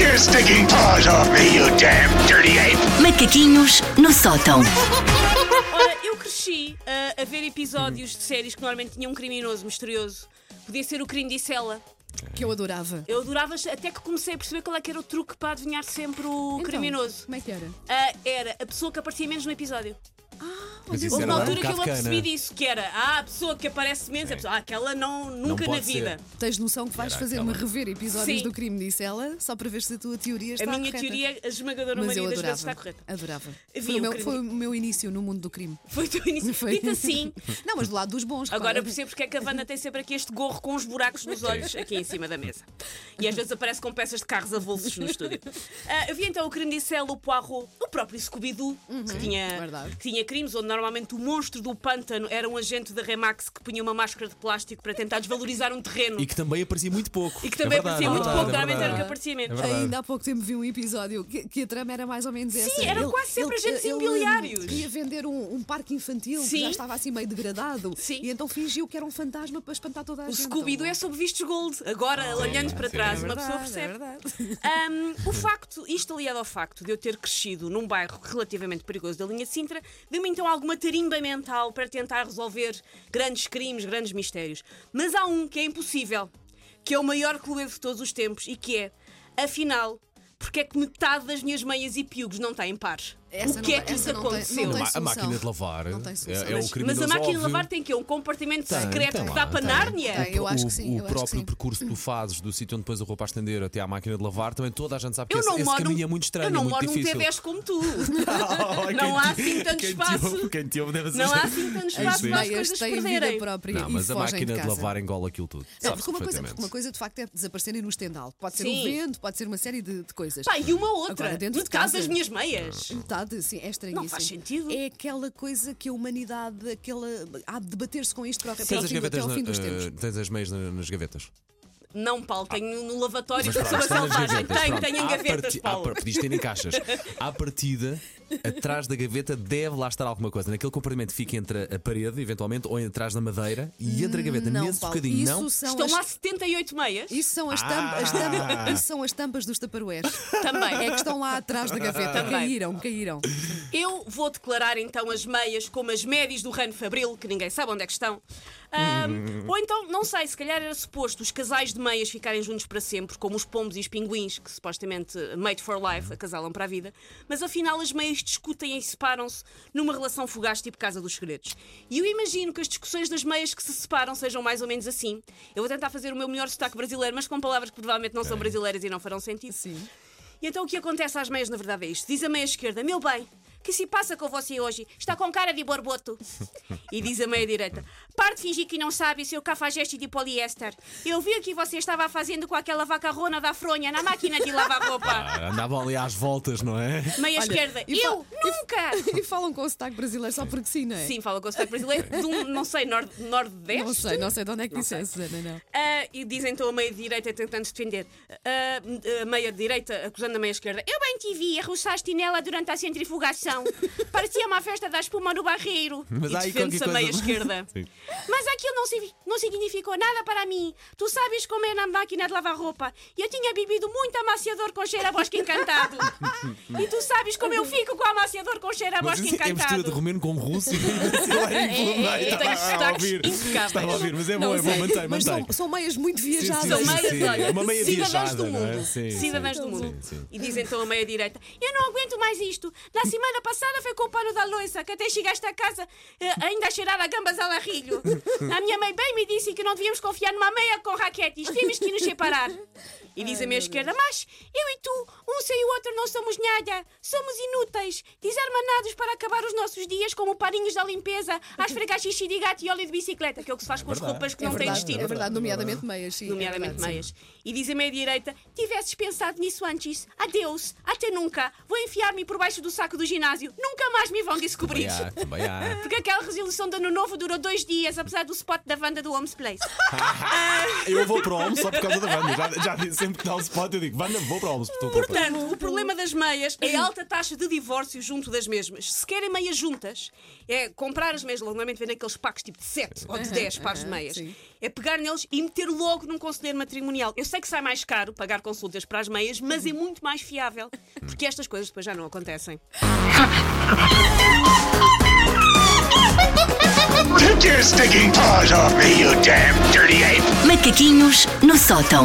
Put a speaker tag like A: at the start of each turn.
A: your stinking paws off me, you damn dirty ape!
B: Macaquinhos no sótão.
C: Ora, Eh, eu cresci ah, a ver episódios de séries que normalmente tinham um criminoso misterioso. Podia ser o crime de Isela.
D: que eu adorava.
C: Eu adorava, até que comecei a perceber qual é que era o truque para adivinhar sempre o
D: Então,
C: criminoso.
D: Como é que era?
C: Ah, era a pessoa que aparecia menos no episódio.
E: Mas
D: Olha,
E: isso
C: Houve
E: era
C: uma
E: lá
C: altura
E: um
C: que eu
E: Kafka,
C: apercebi
E: né?
C: disso, que era ah, a pessoa que aparece menos, a pessoa, ah, aquela não, nunca na
E: pode
C: vida.
D: Tens noção que vais
E: Era
D: fazer-me
E: aquela.
D: rever episódios
C: Sim.
D: do crime, disse ela, só para ver se a tua teoria está
C: A minha
D: correta.
C: teoria, é a esmagadora
D: Mas eu
C: maioria das
D: adorava.
C: vezes está correta.
D: Adorava.
C: Vi
D: Foi o,
C: o
D: meu,
C: crime.
D: foi o meu início no mundo do crime.
C: Foi o teu início.
D: Foi.
C: Dito assim,
D: Não, mas do lado dos bons.
C: Agora eu
D: repara.
C: percebo porque é que a Wanda tem sempre aqui este gorro com os buracos nos olhos aqui em cima da mesa. E às vezes aparece com peças de carros avulsos no estúdio. Ah, eu vi então o Crendicelo, o Poirot, o próprio Scooby-Doo,
E: Uhum.
C: que, tinha,
D: verdade.
C: que tinha crimes, onde normalmente o monstro do pântano era um agente da Remax que punha uma máscara de plástico para tentar desvalorizar um terreno.
E: E que também aparecia muito pouco.
C: E que também
E: É verdade,
C: aparecia
E: é
C: muito
E: verdade,
C: pouco,
E: é
C: normalmente era o que
E: verdade.
C: aparecia
E: É
C: menos.
E: verdade.
D: Ainda há pouco tempo vi um episódio que, que a trama era mais ou menos essa.
C: eram quase sempre agentes imobiliários.
D: Ele ia vender um, um parque infantil
C: Sim.
D: que já estava assim meio degradado
C: Sim.
D: e então fingiu que era um fantasma para espantar toda a
C: O
D: gente.
C: Scooby-Doo é sobre vistos gold. Agora, olhando para trás, uma pessoa
D: verdade, é
C: percebe.
D: verdade.
C: Um, o facto, isto aliado ao facto de eu ter crescido num bairro relativamente perigoso da linha Sintra, deu-me então alguma tarimba mental para tentar resolver grandes crimes, grandes mistérios. Mas há um que é impossível, que é o maior clube de todos os tempos e que é, afinal, porque é que metade das minhas meias e piugos não têm pares?
D: Essa
C: o
D: não
C: que é
D: tem-
C: que isso
D: essa não tem-
C: aconteceu?
D: não
E: A ma-
D: solução.
E: A máquina de lavar
D: Não tem solução.
E: é, é o
D: Mas-
E: criminoso
C: Mas a máquina de
E: óbvio.
C: lavar tem que é um compartimento
E: Tem,
C: secreto
E: tem
C: que
E: lá,
C: dá para
E: tem.
C: Nárnia?
D: Tem. Eu acho que sim,
E: O,
D: eu acho que
E: próprio
D: sim.
E: percurso que tu fazes do sítio onde depois a roupa a estender até à máquina de lavar, também toda a gente sabe que
C: Eu
E: esse,
C: não
E: esse
C: moro,
E: caminho é muito estranho,
C: eu não
E: é muito
C: moro
E: difícil.
C: num T10 como tu.
E: Oh, quem
C: Não há
E: te-
C: assim tanto
E: quem te
C: espaço.
E: ouve- Quem te ouve deve ser.
C: Não há assim tanto
D: As
C: espaço para as
D: meias
C: coisas
D: têm vida
C: perderem.
D: própria
E: Não,
D: e
E: mas a
D: fogem de,
E: máquina de,
D: casa.
E: lavar engola aquilo tudo.
D: Não,
E: Sabes
D: porque uma coisa, porque
E: perfeitamente.
D: uma coisa de facto é desaparecerem no estendal. Pode ser
C: Sim.
D: o vento, pode ser uma série de, de coisas.
C: Pá, e uma outra.
D: Agora, dentro de
C: metade
D: casa-
C: das minhas meias.
D: Metade, sim, é estranhíssimo.
C: Não faz sentido.
D: É aquela coisa que a humanidade aquela, há de debater-se com isto para o para o
E: Tens as
D: fim, do- até
E: gavetas
D: ao
E: na-
D: fim dos
E: eh,
D: tempos.
E: Tens as meias na- nas gavetas.
C: Não, Paulo, tenho no lavatório
E: Mas
C: da
E: pronto,
C: Soba
E: estão nas
C: Selvagem.
E: gavetas,
C: Tenho,
E: pronto.
C: tenho em
E: À
C: gavetas,
E: parti- à
C: Paulo.
E: par- Podias ter em caixas. À partida, atrás da gaveta deve lá estar alguma coisa. Naquele compartimento que fica entre a parede, eventualmente, ou atrás da madeira e entre a gaveta.
D: Não,
E: Nesse
D: Paulo,
E: bocadinho,
D: isso
E: não. Ah.
D: são
C: Estão
D: as,
C: lá 78 meias.
D: Isso são as, tam- as tam- isso são as tampas dos taparués.
C: Também.
D: É que estão lá atrás da gaveta.
C: Também.
D: Caíram, caíram.
C: Eu vou declarar então as meias como as médias do Rano Fabril, que ninguém sabe onde é que estão. Ahm, ou então, não sei, se calhar era suposto os casais de meias ficarem juntos para sempre, como os pombos e os pinguins, que supostamente uh, made for life, acasalam para a vida, mas afinal as meias discutem e separam-se numa relação fugaz tipo Casa dos Segredos. E eu imagino que as discussões das meias que se separam sejam mais ou menos assim. Eu vou tentar fazer o meu melhor sotaque brasileiro, mas com palavras que provavelmente não são brasileiras e não farão sentido.
D: Sim.
C: E então o que acontece às meias, na verdade, é isto. Diz a meia esquerda, meu bem, que se passa com você hoje? Está com cara de borboto. E diz a meia direita, parte de fingir que não sabe, seu cafajeste de poliéster. Eu vi o que você estava fazendo com aquela vacarrona da fronha na máquina de lavar roupa.
E: Ah, Andavam ali às voltas, não é?
C: Meia
D: Olha,
C: esquerda,
D: e fa-
C: eu nunca...
D: E falam com o sotaque brasileiro só porque sim, não é?
C: Sim, fala com o sotaque brasileiro, de um, não sei, nor- nordeste?
D: Não sei, não sei de onde é que disse a Susana, não.
C: Ah, e dizem então a meia direita tentando se defender. Ah, a meia direita acusando a meia esquerda. Eu bem te vi, arrochaste nela durante a centrifugação. Parecia uma festa da espuma no barreiro.
E: Mas
C: e
E: há aí
C: defende-se a
E: qualquer
C: meia
E: coisa-
C: esquerda.
E: Sim.
C: Mas aquilo não, signi- não significou nada para mim. Tu sabes como é na máquina de lavar roupa. E Eu tinha bebido muito amaciador com cheiro a bosque encantado. e tu sabes como eu fico com amaciador com cheiro a
E: Mas
C: bosque
E: isso é mistura de
C: encantado.
E: romeno com russo e sei lá, em
C: é, é,
E: Estava
C: tem
E: a
C: sotaques
E: ouvir.
C: impecáveis.
E: Estava a ouvir, mas é
D: Não
E: bom, é bom,
D: sei,
E: mantém,
D: Mas
E: mantém.
D: são, são meias muito viajadas.
C: São
E: Sim,
C: meias,
E: sim.
C: olha,
E: É uma meia
C: cidadãos
E: viajada,
C: do
E: não é?
C: mundo.
E: Sim,
C: cidadãos
E: sim,
C: do mundo.
E: sim, sim.
C: E diz então a meia direita: Eu não aguento mais isto. Na semana passada foi com o pano da louça, que até chegaste a casa eh, ainda a cheirar a gambas a larrilho. A minha mãe bem me disse que não devíamos confiar numa meia com raquetes, temos que nos separar. E diz a meia esquerda: Mas eu e tu, um sem o outro, não somos nada. Somos inúteis, desarmanados para acabar os nossos dias como parinhos da limpeza, a esfregar xixi de gato e óleo de bicicleta, que é o que se faz com as
E: verdade.
C: roupas que
D: É
C: não têm
D: verdade,
C: destino
D: é verdade, nomeadamente meias, sim. é
C: nomeadamente
D: verdade.
C: meias. E diz a meia-direita: tivesses pensado nisso antes, adeus, até nunca, vou enfiar-me por baixo do saco do ginásio, nunca mais me vão descobrir.
E: Também há, também há.
C: Porque aquela resolução do ano novo durou dois dias, apesar do spot da Wanda do Homes Place.
E: Eu vou para o Almos só por causa da banda. Já, já disse sempre que dá um spot, eu digo, banda, vou para o Almos. por tua culpa."
C: Portanto, o problema das meias é a alta taxa de divórcio junto das mesmas. Se querem meias juntas, é comprar as meias, normalmente vêm aqueles pacos tipo de 7 ou de 10 pares de meias.
D: sim.
C: é pegar neles e meter logo num conselheiro matrimonial. Eu sei que sai mais caro pagar consultas para as meias, mas é muito mais fiável, porque estas coisas depois já não acontecem.
A: Take your stinking paws off me, you damn dirty ape!
B: Macaquinhos no sótão.